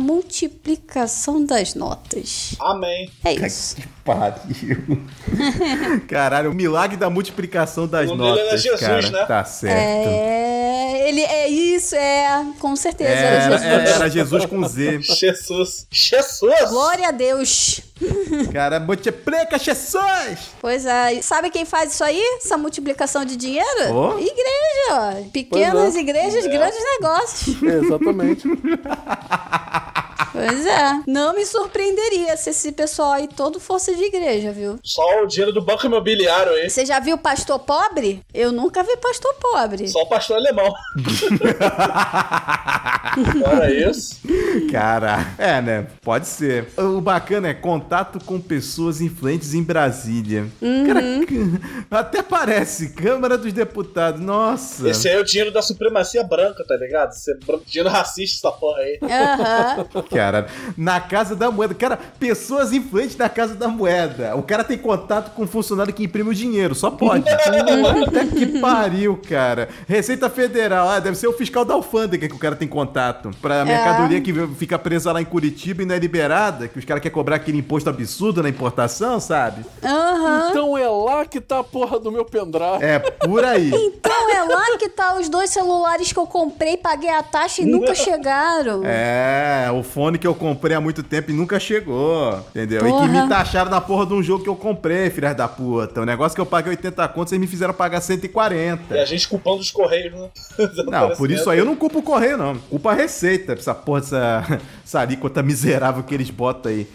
S3: multiplicação das notas.
S9: Amém.
S3: É isso.
S2: Que pariu. Caralho, o milagre da multiplicação das
S9: O nome
S2: notas.
S9: era Jesus,
S2: cara.
S9: né?
S2: Tá certo.
S3: É, ele é isso, é, com certeza.
S2: Era,
S3: era Jesus.
S1: é.
S2: era- era Jesus com Z.
S9: Jesus. Jesus!
S3: Glória a Deus.
S2: Cara, multiplica Jesus!
S3: Pois é. E Sabe quem faz isso aí? Essa multiplicação de dinheiro?
S2: Ó.
S3: Igreja. ó. Pequenas
S1: Pois é.
S3: igrejas, grandes negócios.
S1: Exatamente.
S3: Pois é. Não me surpreenderia se esse pessoal aí todo fosse de igreja, viu?
S9: Só o dinheiro do banco imobiliário aí.
S3: Você já viu pastor pobre? Eu nunca vi pastor pobre.
S9: Só o pastor alemão. Olha isso.
S2: Cara, é, né? Pode ser. O bacana é contato com pessoas influentes em Brasília. Cara, até parece. Câmara dos Deputados. Nossa.
S9: Esse aí é o dinheiro da supremacia branca, tá ligado? Esse é bran- dinheiro racista, essa porra aí.
S3: Aham.
S2: Cara, na Casa da Moeda. Cara, pessoas influentes na Casa da Moeda. O cara tem contato com um funcionário que imprime o dinheiro. Só pode. Até que pariu, cara. Receita Federal. Ah, deve ser o fiscal da alfândega que o cara tem contato. Pra mercadoria que fica presa lá em Curitiba e não é liberada. Que os caras querem cobrar aquele imposto absurdo na importação, sabe?
S3: Aham.
S1: então é lá que tá a porra do meu pendrive.
S2: É, por aí.
S3: Então é lá que tá os dois celulares que eu comprei, paguei a taxa e nunca chegaram.
S2: É, o fone que eu comprei há muito tempo e nunca chegou, entendeu? E
S3: Porra.
S2: que me taxaram na porra de um jogo que eu comprei, filhas da puta. O negócio que eu paguei 80 conto, vocês me fizeram
S9: E
S2: pagar
S9: a
S2: 140.
S9: gente culpando os correios, né?
S2: Não, por isso aí eu não culpo o correio, não. Culpa a receita, essa porra, essa, essa alíquota miserável que eles botam aí.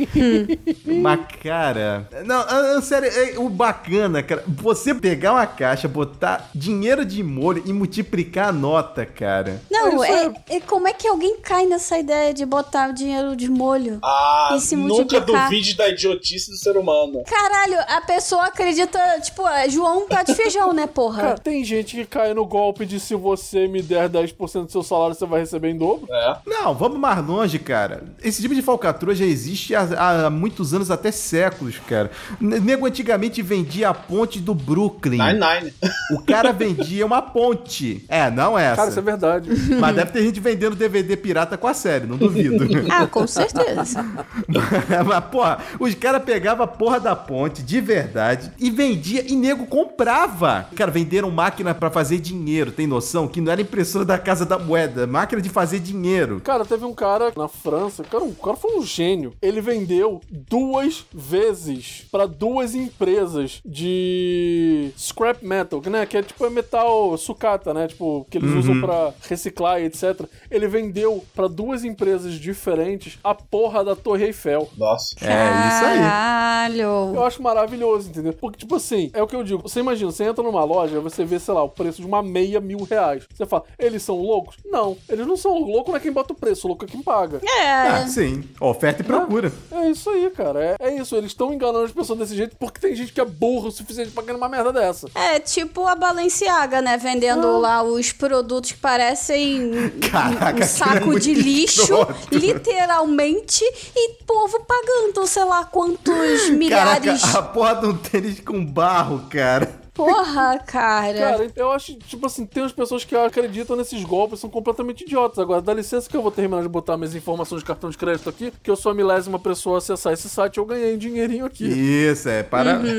S2: Mas, cara. Não, ah, ah, sério, é, o bacana, cara. Você pegar uma caixa, botar dinheiro de molho e multiplicar a nota, cara.
S3: Não, é, é- como é que alguém cai nessa ideia de botar o dinheiro de molho?
S9: Ah,
S3: E se
S9: nunca
S3: multiplicar.
S9: duvide da idiotice do ser humano.
S3: Caralho, a pessoa acredita, tipo, é João tá de feijão, né, porra?
S1: Cara, tem gente que cai no golpe de se você me der 10% do seu salário, você vai receber em dobro.
S9: É.
S2: Não, vamos mais longe, cara. Esse tipo de falcatrua já existe há, há muitos anos, até séculos, cara. N- Nego antigamente vendia a ponte do Brooklyn.
S9: Nine Nine.
S2: O cara vendia uma ponte. É, não essa.
S1: Cara, isso é verdade.
S2: Mas deve ter gente vendendo DVD pirata com a série, não duvido.
S3: Ah, com certeza.
S2: Mas, porra, os caras pegavam a porra da ponte, de verdade, e vendia, e nego comprava. Cara, venderam máquina pra fazer dinheiro, tem noção? Que não era impressora da Casa da Moeda, máquina de fazer dinheiro.
S1: Cara, teve um cara na França, cara, o cara foi um gênio. Ele vendeu duas vezes pra duas empresas de scrap metal, que, né, que é tipo é metal sucata, né, tipo que eles usam pra reciclar e etc. Ele vendeu pra duas empresas diferentes a porra da Torre Eiffel.
S9: Nossa.
S2: É, isso aí.
S3: Caralho.
S1: Eu acho maravilhoso, entendeu? Porque, tipo assim, é o que eu digo. Você imagina, você entra numa loja, você vê, sei lá, o preço de uma meia mil reais. Você fala, eles são loucos? Não, eles não são loucos, não é quem bota o preço, louco é quem paga.
S2: Ah,
S3: É.
S2: sim. Oferta e procura.
S1: É isso aí, cara. É, é isso. Eles estão enganando as pessoas desse jeito porque tem gente que é burra o suficiente pra ganhar uma merda dessa.
S3: É tipo a Balenciaga, né? Vendendo lá os produtos que parecem
S2: Ah. Caraca,
S3: um
S2: aquilo é
S3: saco
S2: muito
S3: de lixo,
S2: escroto.
S3: literalmente, e povo pagando, sei lá, quantos milhares.
S2: Caraca, a porra de um tênis com barro, cara.
S3: Porra, cara.
S1: Cara, eu acho, tipo assim, tem as pessoas que acreditam nesses golpes, são completamente idiotas. Agora, dá licença que eu vou terminar de botar minhas informações de cartão de crédito aqui, que eu sou a milésima pessoa a acessar esse site, eu ganhei um dinheirinho aqui.
S2: Isso, é para.
S3: Uhum.
S9: Me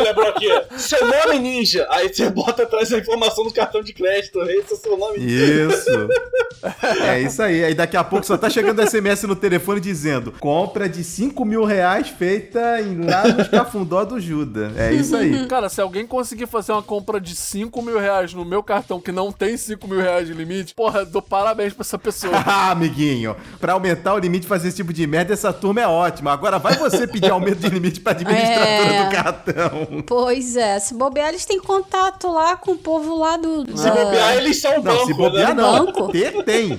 S9: lembrou aqui. Seu nome ninja. Aí você bota atrás a informação do cartão de crédito. Esse é o seu nome ninja.
S2: Isso. É isso aí. Aí daqui a pouco só tá chegando SMS no telefone dizendo: compra de 5 mil reais feita em lá no Cafundó do Juda. É isso
S3: Uhum.
S2: aí.
S1: Cara, se alguém conseguir fazer uma compra de 5 mil reais no meu cartão que não tem 5 mil reais de limite, porra, dou parabéns pra essa pessoa.
S2: Ah, amiguinho, pra aumentar o limite e fazer esse tipo de merda, essa turma é ótima. Agora vai você pedir aumento de limite pra administradora
S3: É.
S2: do cartão.
S3: Pois é, se bobear, eles têm contato lá com o povo lá do.
S9: Se
S2: Ah.
S9: bobear, eles são o
S2: Não,
S9: banco,
S2: se bobear,
S9: né?
S2: não.
S3: Banco?
S2: Ter tem.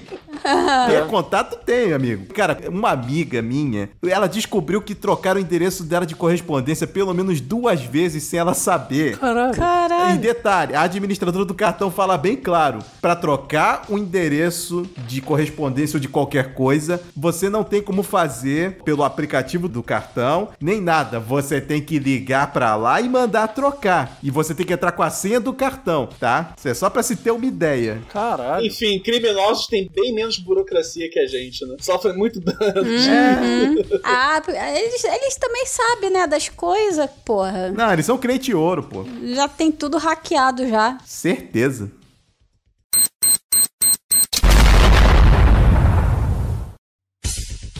S2: Ter contato tem, amigo. Cara, uma amiga minha, ela descobriu que trocaram o endereço dela de correspondência pelo menos duas vezes sem ela saber.
S1: Caralho.
S2: E
S3: Caralho.
S2: detalhe, a administradora do cartão fala bem claro, Pra trocar o endereço de correspondência ou de qualquer coisa, você não tem como fazer pelo aplicativo do cartão, nem nada. Você tem que ligar pra lá e mandar trocar. E você tem que entrar com a senha do cartão, tá? Isso é só pra se ter uma ideia.
S1: Caralho.
S9: Enfim, criminosos têm bem menos menos burocracia que a gente, né? Sofrem muito dano.
S4: É,
S3: Uhum. Ah, eles, eles também sabem, né, das coisas, porra.
S2: Não, eles são crente ouro, pô.
S3: Já tem tudo hackeado já.
S2: Certeza.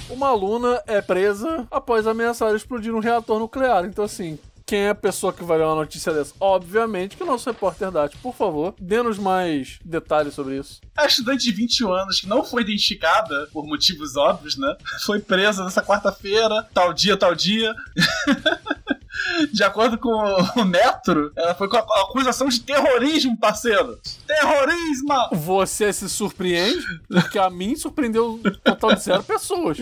S1: Uma aluna é presa após ameaçar explodir um reator nuclear. Então, assim, quem é a pessoa que vai ler uma notícia dessa? Obviamente que o nosso repórter Dati, por favor, dê-nos mais detalhes sobre isso.
S4: A estudante de 21 anos que não foi identificada, por motivos óbvios, né? Foi presa nessa quarta-feira, tal dia, tal dia. De acordo com o Metro, ela foi com a a acusação de terrorismo, parceiro. Terrorismo!
S1: Você se surpreende? Porque a mim surpreendeu um total de zero pessoas.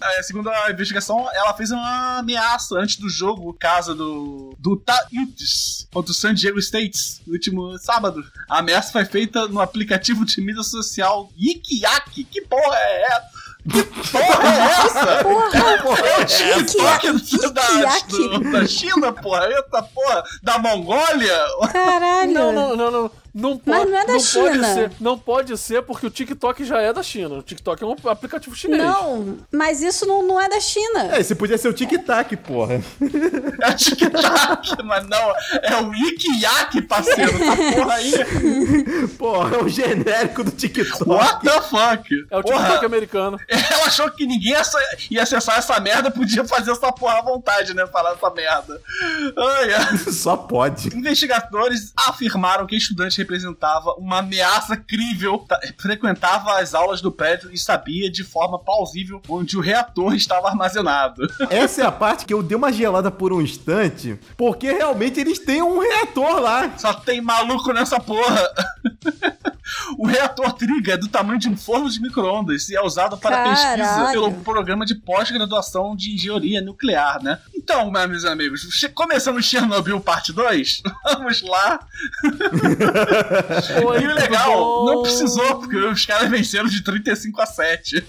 S4: É, segundo a investigação, ela fez uma ameaça antes do jogo, casa do do Utahs contra o San Diego States no último sábado. A ameaça foi feita no aplicativo de mídia social Yikiak. Que porra é essa? Que porra é essa?
S3: Porra!
S4: É o TikTok
S3: Yikiak.
S4: da, do- da China, porra? Eita porra! Da Mongólia?
S3: Caralho!
S1: Não, não, não, não. Não pode,
S3: não é da
S1: pode
S3: China.
S1: ser. Não pode ser porque o TikTok já é da China. O TikTok é um aplicativo chinês.
S3: Não, mas isso não, não é da China.
S2: É, esse podia ser o tic-tac, porra.
S4: É o TikTok, mas não, é o Ikiak, parceiro, essa porra aí.
S2: Porra, é o genérico do TikTok.
S4: What the fuck?
S1: É o
S4: Porra,
S1: TikTok americano.
S4: Ela achou que ninguém ia sa- ia acessar essa merda, podia fazer essa porra à vontade, né? Falar essa merda. Ai, ai.
S2: Só pode.
S4: Investigadores afirmaram que a estudante representava uma ameaça crível. Ta- Frequentava as aulas do prédio e sabia de forma plausível onde o reator estava armazenado.
S2: Essa é a parte que eu dei uma gelada por um instante, porque realmente eles têm um reator lá.
S4: Só tem maluco nessa porra. O reator Triga é do tamanho de um forno de micro-ondas e é usado para pesquisa
S3: Caralho.
S4: pelo programa de pós-graduação de engenharia nuclear, né? Então, meus amigos, che- começamos Chernobyl parte 2, vamos lá.
S1: Oi,
S4: E o
S1: tudo
S4: legal,
S1: bom?
S4: não precisou, porque os caras venceram de 35 a 7.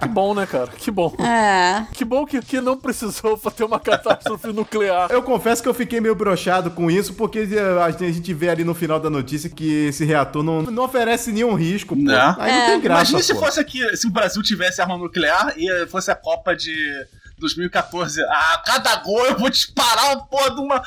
S1: Que bom, né, cara? Que bom.
S3: É.
S1: Que bom que, que não precisou pra ter uma catástrofe nuclear.
S2: Eu confesso que eu fiquei meio brochado com isso, porque eh, a gente vê ali no final da notícia que esse reator não, não oferece nenhum risco, pô.
S4: Né?
S2: Aí não tem graça,
S4: Imagina se
S2: pô.
S4: fosse aqui, se o Brasil tivesse arma nuclear e fosse a Copa de 2014. Ah, cada gol eu vou disparar uma porra de uma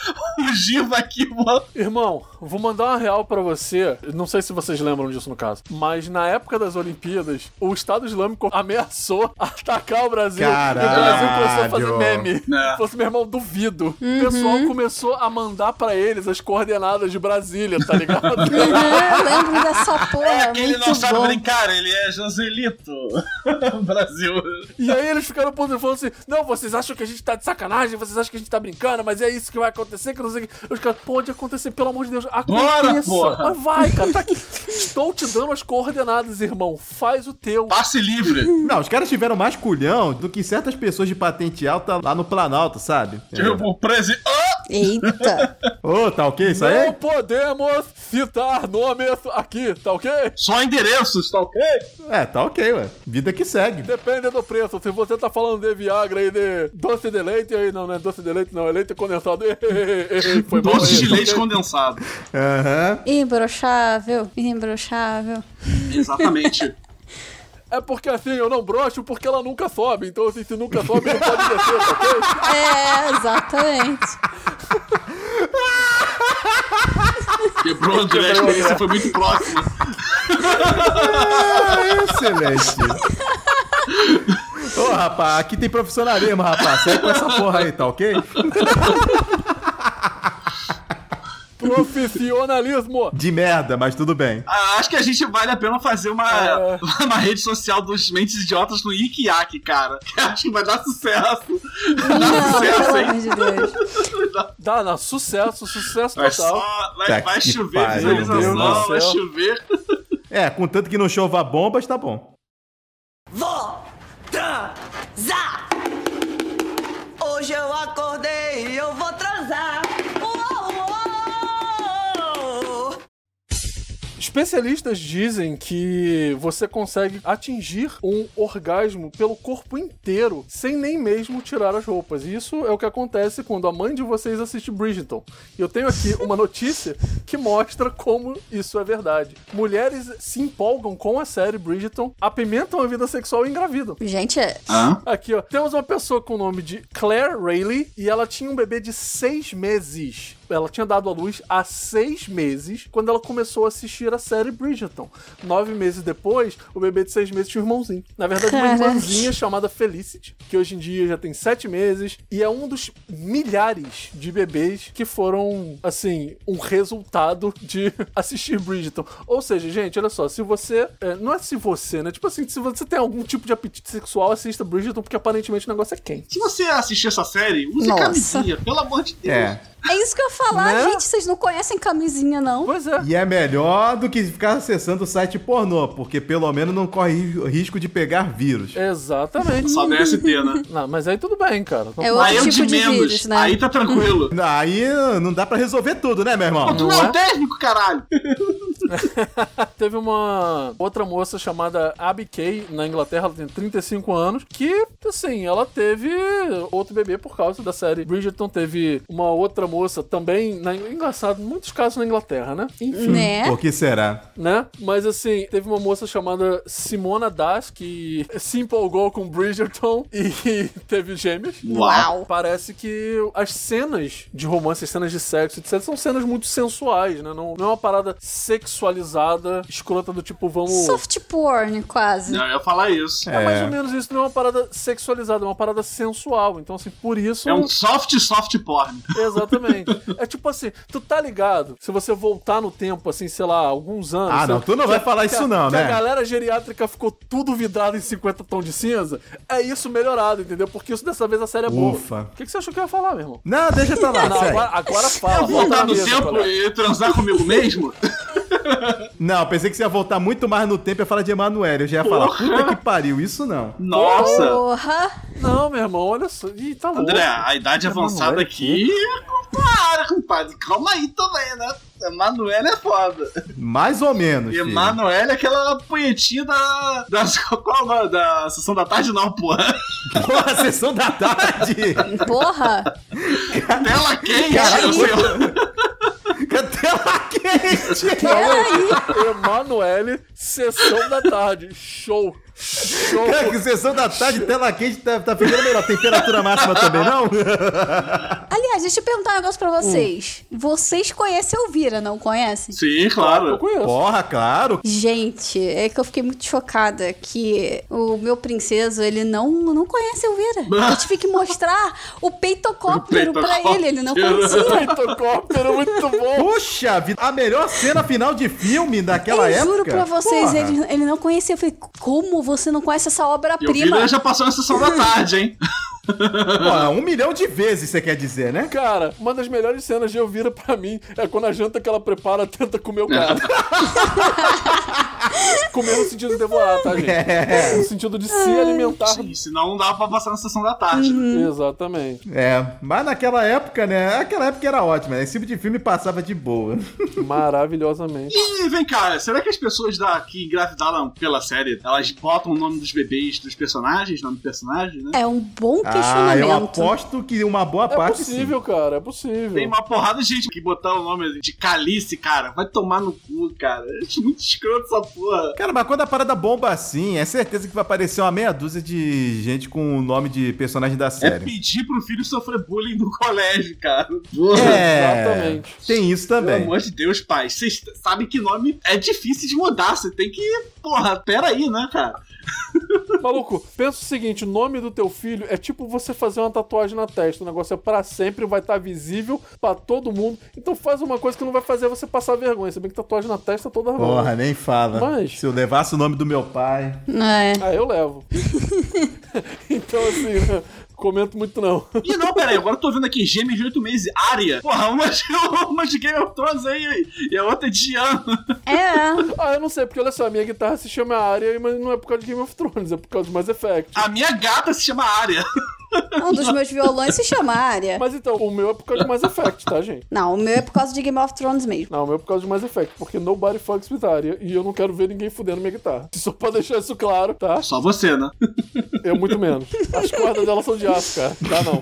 S4: ogiva aqui, mano.
S1: Irmão, vou mandar uma real pra você. Não sei se vocês lembram disso no caso, mas na época das Olimpíadas, o Estado Islâmico ameaçou atacar o Brasil. E o Brasil começou a fazer
S2: Caralho.
S1: meme.
S4: É.
S1: Falou assim, meu irmão, duvido.
S3: Uhum.
S1: O pessoal começou a mandar pra eles as coordenadas de Brasília, tá ligado?
S3: Uhum, lembro dessa porra.
S4: É, que ele
S3: muito
S4: não sabe
S3: bom.
S4: brincar, ele é Joselito. Brasil.
S1: E aí eles ficaram putos e falaram assim: Não, vocês acham que a gente tá de sacanagem, vocês acham que a gente tá brincando, mas é isso que vai acontecer, que não sei o que. Os caras, pode acontecer, pelo amor de Deus, aconteça.
S4: porra!
S1: Mas vai, cara, tá aqui. Estou te dando as coordenadas, irmão. Faz o teu.
S4: Passe livre.
S2: Não, os caras tiveram mais culhão do que certas pessoas de patente alta lá no Planalto, sabe?
S4: Tipo, o presi... Ah!
S3: Eita.
S2: Ô, tá ok isso
S1: Não
S2: aí?
S1: podemos citar nomes aqui, tá ok?
S4: Só endereços, tá ok?
S2: É, tá ok, ué. Vida que segue.
S1: Depende do preço. Se você tá falando de Viagra e de doce de leite, aí não, não é doce de leite, não, é leite condensado. Foi bom
S4: Doce
S1: aí,
S4: de
S1: tá
S4: leite
S1: ok?
S4: condensado.
S2: Aham.
S3: Imbrochável, imbrochável.
S4: Exatamente.
S1: É porque assim, eu não brocho porque ela nunca sobe. Então, assim, se nunca sobe, não pode descer, tá ok?
S3: É, exatamente.
S4: Quebrou o André, acho que esse foi muito próximo.
S2: Ah, excelente. Ô, rapaz, aqui tem profissionalismo, rapaz. Segue com essa porra aí, tá ok?
S1: Profissionalismo.
S2: De merda, mas tudo bem.
S4: Ah, acho que a gente vale a pena fazer uma,
S1: É.
S4: uma rede social dos mentes idiotas no Ikiak, cara. Acho que vai dar sucesso. Vai dar
S3: Não,
S4: sucesso,
S3: pelo
S4: hein?
S3: amor de Deus.
S1: Dá, dá, sucesso, sucesso
S4: Vai,
S1: total.
S4: só, vai,
S2: Tá
S4: vai
S2: que
S4: chover
S2: pariu,
S1: meu Deus
S4: visualização,
S1: do
S4: vai
S1: céu.
S4: chover.
S2: É, contanto que não chova bombas, tá bom.
S5: Zá! Hoje eu acordei e eu vou transar. Uou, uou!
S1: Especialistas dizem que você consegue atingir um orgasmo pelo corpo inteiro sem nem mesmo tirar as roupas. E isso é o que acontece quando a mãe de vocês assiste Bridgerton. E eu tenho aqui uma notícia que mostra como isso é verdade. Mulheres se empolgam com a série Bridgerton, apimentam a vida sexual e engravidam.
S3: Gente, é-
S4: Hã?
S1: Aqui, ó. Temos uma pessoa com o nome de Claire Rayleigh e ela tinha um bebê de seis meses. Ela tinha dado à luz há seis meses quando ela começou a assistir a série Bridgerton. Nove meses depois, o bebê de seis meses tinha um irmãozinho. Na verdade, uma
S3: Caraca.
S1: irmãzinha chamada Felicity, que hoje em dia já tem sete meses e é um dos milhares de bebês que foram, assim, um resultado de assistir Bridgerton. Ou seja, gente, olha só, se você. é, não é se você, né? Tipo assim, se você tem algum tipo de apetite sexual, assista Bridgerton, porque aparentemente o negócio é quente.
S4: Se você assistir essa série, use
S3: Nossa.
S4: camisinha, pelo amor de Deus.
S2: É.
S3: é isso que eu ia falar,
S1: Né?
S3: gente. Vocês não conhecem camisinha, não?
S1: Pois é.
S2: E é melhor do que ficar acessando o site pornô, porque pelo menos não corre ri- risco de pegar vírus.
S1: Exatamente.
S4: Só DST, né?
S1: Não, mas aí tudo bem, cara.
S3: É outro
S4: Aí eu
S3: tipo
S4: de
S3: de
S4: menos.
S3: vírus, né?
S4: Aí tá tranquilo.
S2: Aí não dá pra resolver tudo, né, meu irmão?
S4: Tu não é o técnico, caralho.
S1: Teve uma outra moça chamada Abby Kay, na Inglaterra, ela tem 35 anos, que, assim, ela teve outro bebê por causa da série Bridgerton. Então, Teve uma outra moça também, na... engraçado, muitos casos na Inglaterra, né? Enfim,
S3: Né?
S2: Por que será?
S1: né? Mas, assim, teve uma moça chamada Simona Das, que se empolgou com Bridgerton e teve gêmeos.
S3: Uau.
S1: Parece que as cenas de romance, as cenas de sexo, etc., são cenas muito sensuais, né? Não, não é uma parada sexualizada, escrota do tipo, vamos.
S3: Soft porn, quase.
S4: Não, eu ia falar isso.
S1: É mais
S2: É.
S1: ou menos isso, não é uma parada sexualizada, é uma parada sensual. Então, assim, por isso.
S4: É um soft, soft porn.
S1: Exatamente. é tipo assim, tu tá ligado? Se você voltar no tempo, assim, sei lá, alguns anos.
S2: Ah,
S1: sei
S2: não,
S1: lá,
S2: tu não
S1: que
S2: vai
S1: a-
S2: falar
S1: que
S2: isso
S1: a-
S2: não,
S1: que A
S2: né?
S1: galera geriátrica ficou tudo vidrada em 50 tons de cinza. É isso melhorado, entendeu? Porque isso dessa vez a série é boa.
S2: Ufa.
S1: O que, que você achou que eu ia falar, meu irmão?
S2: Não, deixa pra lá,
S1: Não,
S2: segue.
S1: agora, agora fala. volta
S4: Voltar
S1: na
S4: no
S1: mesa,
S4: tempo
S1: colega.
S4: e transar comigo mesmo?
S2: Não, pensei que você ia voltar muito mais no tempo e ia falar de Emanuele. Eu já ia falar, puta que pariu, isso não.
S4: Nossa.
S3: Porra!
S1: Não, meu irmão, olha só. Ih, tá louco.
S4: André, a idade
S1: Emanuele
S4: avançada aqui. Para, compadre. Calma aí também, né? Emanuela é foda.
S2: Mais ou menos. filho.
S4: Emanuela é aquela punhetinha da. da qual o nome? Da sessão da tarde, não, porra.
S2: Porra, sessão da tarde!
S3: Porra!
S4: Tela quente,
S2: Caralho,
S4: eu sei.
S2: Tela quente!
S3: Peraí!
S1: Emanuele, sessão da tarde. Show. Show.
S2: Cara, que sessão da tarde, tela quente, tá, tá ficando melhor. Temperatura máxima também, não?
S3: Aliás, deixa eu perguntar um negócio pra vocês. Vocês conhecem a Elvira, não conhecem?
S4: Sim,
S1: Eu
S4: claro.
S1: conheço.
S2: Porra, claro.
S3: Gente, é que eu fiquei muito chocada que o meu princeso, ele não, não conhece a Elvira. Eu tive que mostrar o peitocóptero pra ele, ele não conhecia.
S1: Helicóptero, muito bom.
S2: Puxa vida, a melhor cena final de filme daquela
S3: Eu
S2: época.
S3: juro pra vocês,
S2: Porra.
S3: ele, ele não conhecia. Eu falei, como você não conhece essa
S4: E o
S3: obra-prima?
S4: Vila já passou na sessão da tarde, hein?
S2: Porra, um milhão de vezes, você quer dizer, né?
S1: Cara, uma das melhores cenas de Elvira pra mim é quando a janta que ela prepara tenta comer o cara. comer no sentido de devorar, tá, gente?
S2: É.
S1: No sentido de se alimentar.
S4: Sim, senão não dava pra passar na sessão da tarde.
S1: Uhum.
S4: né?
S1: Exatamente.
S2: É, mas naquela época, né? Aquela época era ótima, né? Esse tipo de filme passava de boa.
S1: Maravilhosamente.
S4: E vem cá, será que as pessoas da, que engravidaram pela série, elas botam o nome dos bebês dos personagens, nome do personagem, né?
S3: É um bom
S2: Ah, eu
S3: questionamento.
S2: aposto que uma boa
S1: É
S2: parte
S1: possível, cara, é possível.
S4: Tem uma porrada de gente que botar o nome de Calice, cara. Vai tomar no cu, cara. Eu acho muito escroto essa porra.
S2: sim. Cara, mas quando a parada bomba assim, é certeza que vai aparecer uma meia dúzia de gente com o nome de personagem da
S4: É
S2: série.
S4: pedir pro filho sofrer bullying no colégio, cara.
S1: Exatamente.
S2: É, Tem isso
S4: É Pelo
S2: também.
S4: amor de Deus, pai. Vocês t- sabem que nome é difícil de mudar. Você tem que. Porra, pera aí, né, cara?
S1: Maluco, pensa o seguinte: o nome do teu filho é tipo você fazer uma tatuagem na testa. O negócio é pra sempre, vai estar visível pra todo mundo. Então faz uma coisa que não vai fazer você passar vergonha. Se bem que tatuagem na testa é toda
S2: Porra,
S1: vergonha.
S2: nem fala.
S1: Mas-
S2: Se eu levasse o nome do meu pai.
S3: É.
S1: Ah, eu levo. então, assim, né, comento muito não.
S4: Ih, não, pera aí. Agora eu tô vendo aqui Gêmeos de 8 meses, área. Porra, uma de, uma de Game of Thrones aí e a outra de ano.
S3: É,
S1: Ah, eu não sei, porque olha só, a minha guitarra se chama Área, mas não é por causa de Game of Thrones, é por causa de Mass Effect.
S4: A minha gata se chama Área.
S3: Um dos meus violões se chama Arya.
S1: Mas então, o meu é por causa de Mass Effect, tá, gente?
S3: Não, o meu é por causa de Game of Thrones mesmo.
S1: Não, o meu é por causa de Mass Effect, porque nobody fucks with Arya e eu não quero ver ninguém fudendo minha guitarra. Só pra deixar isso claro, tá?
S4: Só você, né?
S1: Eu muito menos. As cordas dela são de aço, cara. Tá não.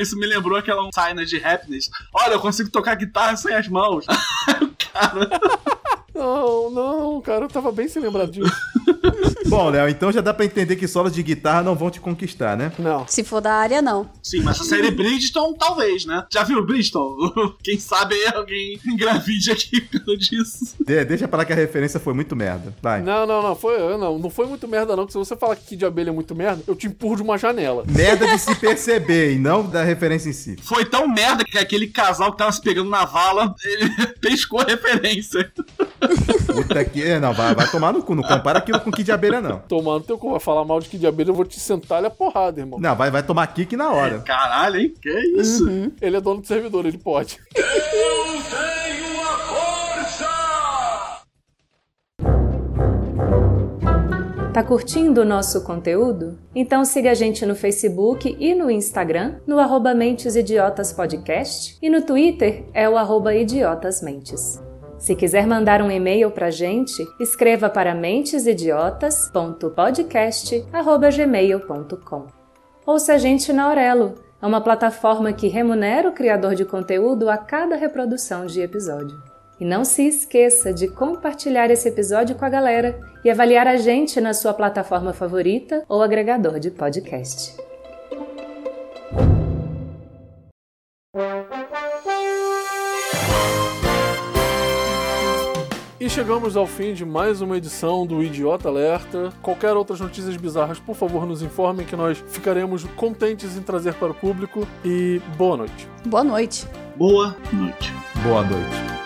S4: Isso me lembrou aquela saína de happiness. Olha, eu consigo tocar guitarra sem as mãos. Cara,
S1: Não, não, cara, eu tava bem sem lembrar disso.
S2: Bom, Léo, então já dá pra entender que solos de guitarra não vão te conquistar, né?
S1: Não.
S3: Se for da área, não.
S4: sim, mas a série Bridgestone, talvez, né? Já viu Bridgestone? Quem sabe aí alguém engravide aqui por causa disso.
S2: De- deixa pra lá que a referência foi muito merda. Vai.
S1: Não, não, não. Foi, não, não foi muito merda, não. Que se você falar que de abelha é muito merda, eu te empurro de uma janela.
S2: Merda de se perceber e não da referência em si.
S4: Foi tão merda que aquele casal que tava se pegando na vala, ele pescou a referência.
S2: Puta que. É, não, vai, vai tomar no cu. Não compara aquilo com que de abelha, não.
S1: Tomar no teu cu, vai falar mal de que de abelha, eu vou te sentar-lhe a porrada, irmão.
S2: Não, vai, vai tomar kick na hora.
S4: Caralho, hein? Que isso?
S1: Ele é dono do servidor, ele pode.
S10: Tá curtindo o nosso conteúdo? Então siga a gente no Facebook e no Instagram, no arroba Mentes Idiotas Podcast, e no Twitter é o arroba Idiotas Mentes. Se quiser mandar um e-mail pra gente, escreva para mentesidiotas.podcast.gmail.com Ouça a gente na Aurelo, é uma plataforma que remunera o criador de conteúdo a cada reprodução de episódio. E não se esqueça de compartilhar esse episódio com a galera e avaliar a gente na sua plataforma favorita ou agregador de podcast.
S1: E chegamos ao fim de mais uma edição do Idiota Alerta. Qualquer outras notícias bizarras, por favor, nos informem que nós ficaremos contentes em trazer para o público. E boa noite.
S3: Boa noite.
S4: Boa noite.
S2: Boa noite.